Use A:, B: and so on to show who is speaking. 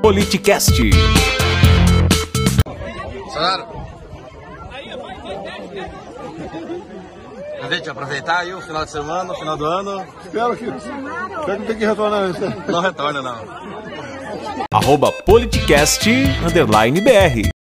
A: Politicast.
B: Bolsonaro? Presidente, aproveitar aí o final de semana, o final do ano.
C: Espero que. Espero que não tenha que retornar né? antes.
B: Não retorna, não.
A: Arroba Politicast, underline BR.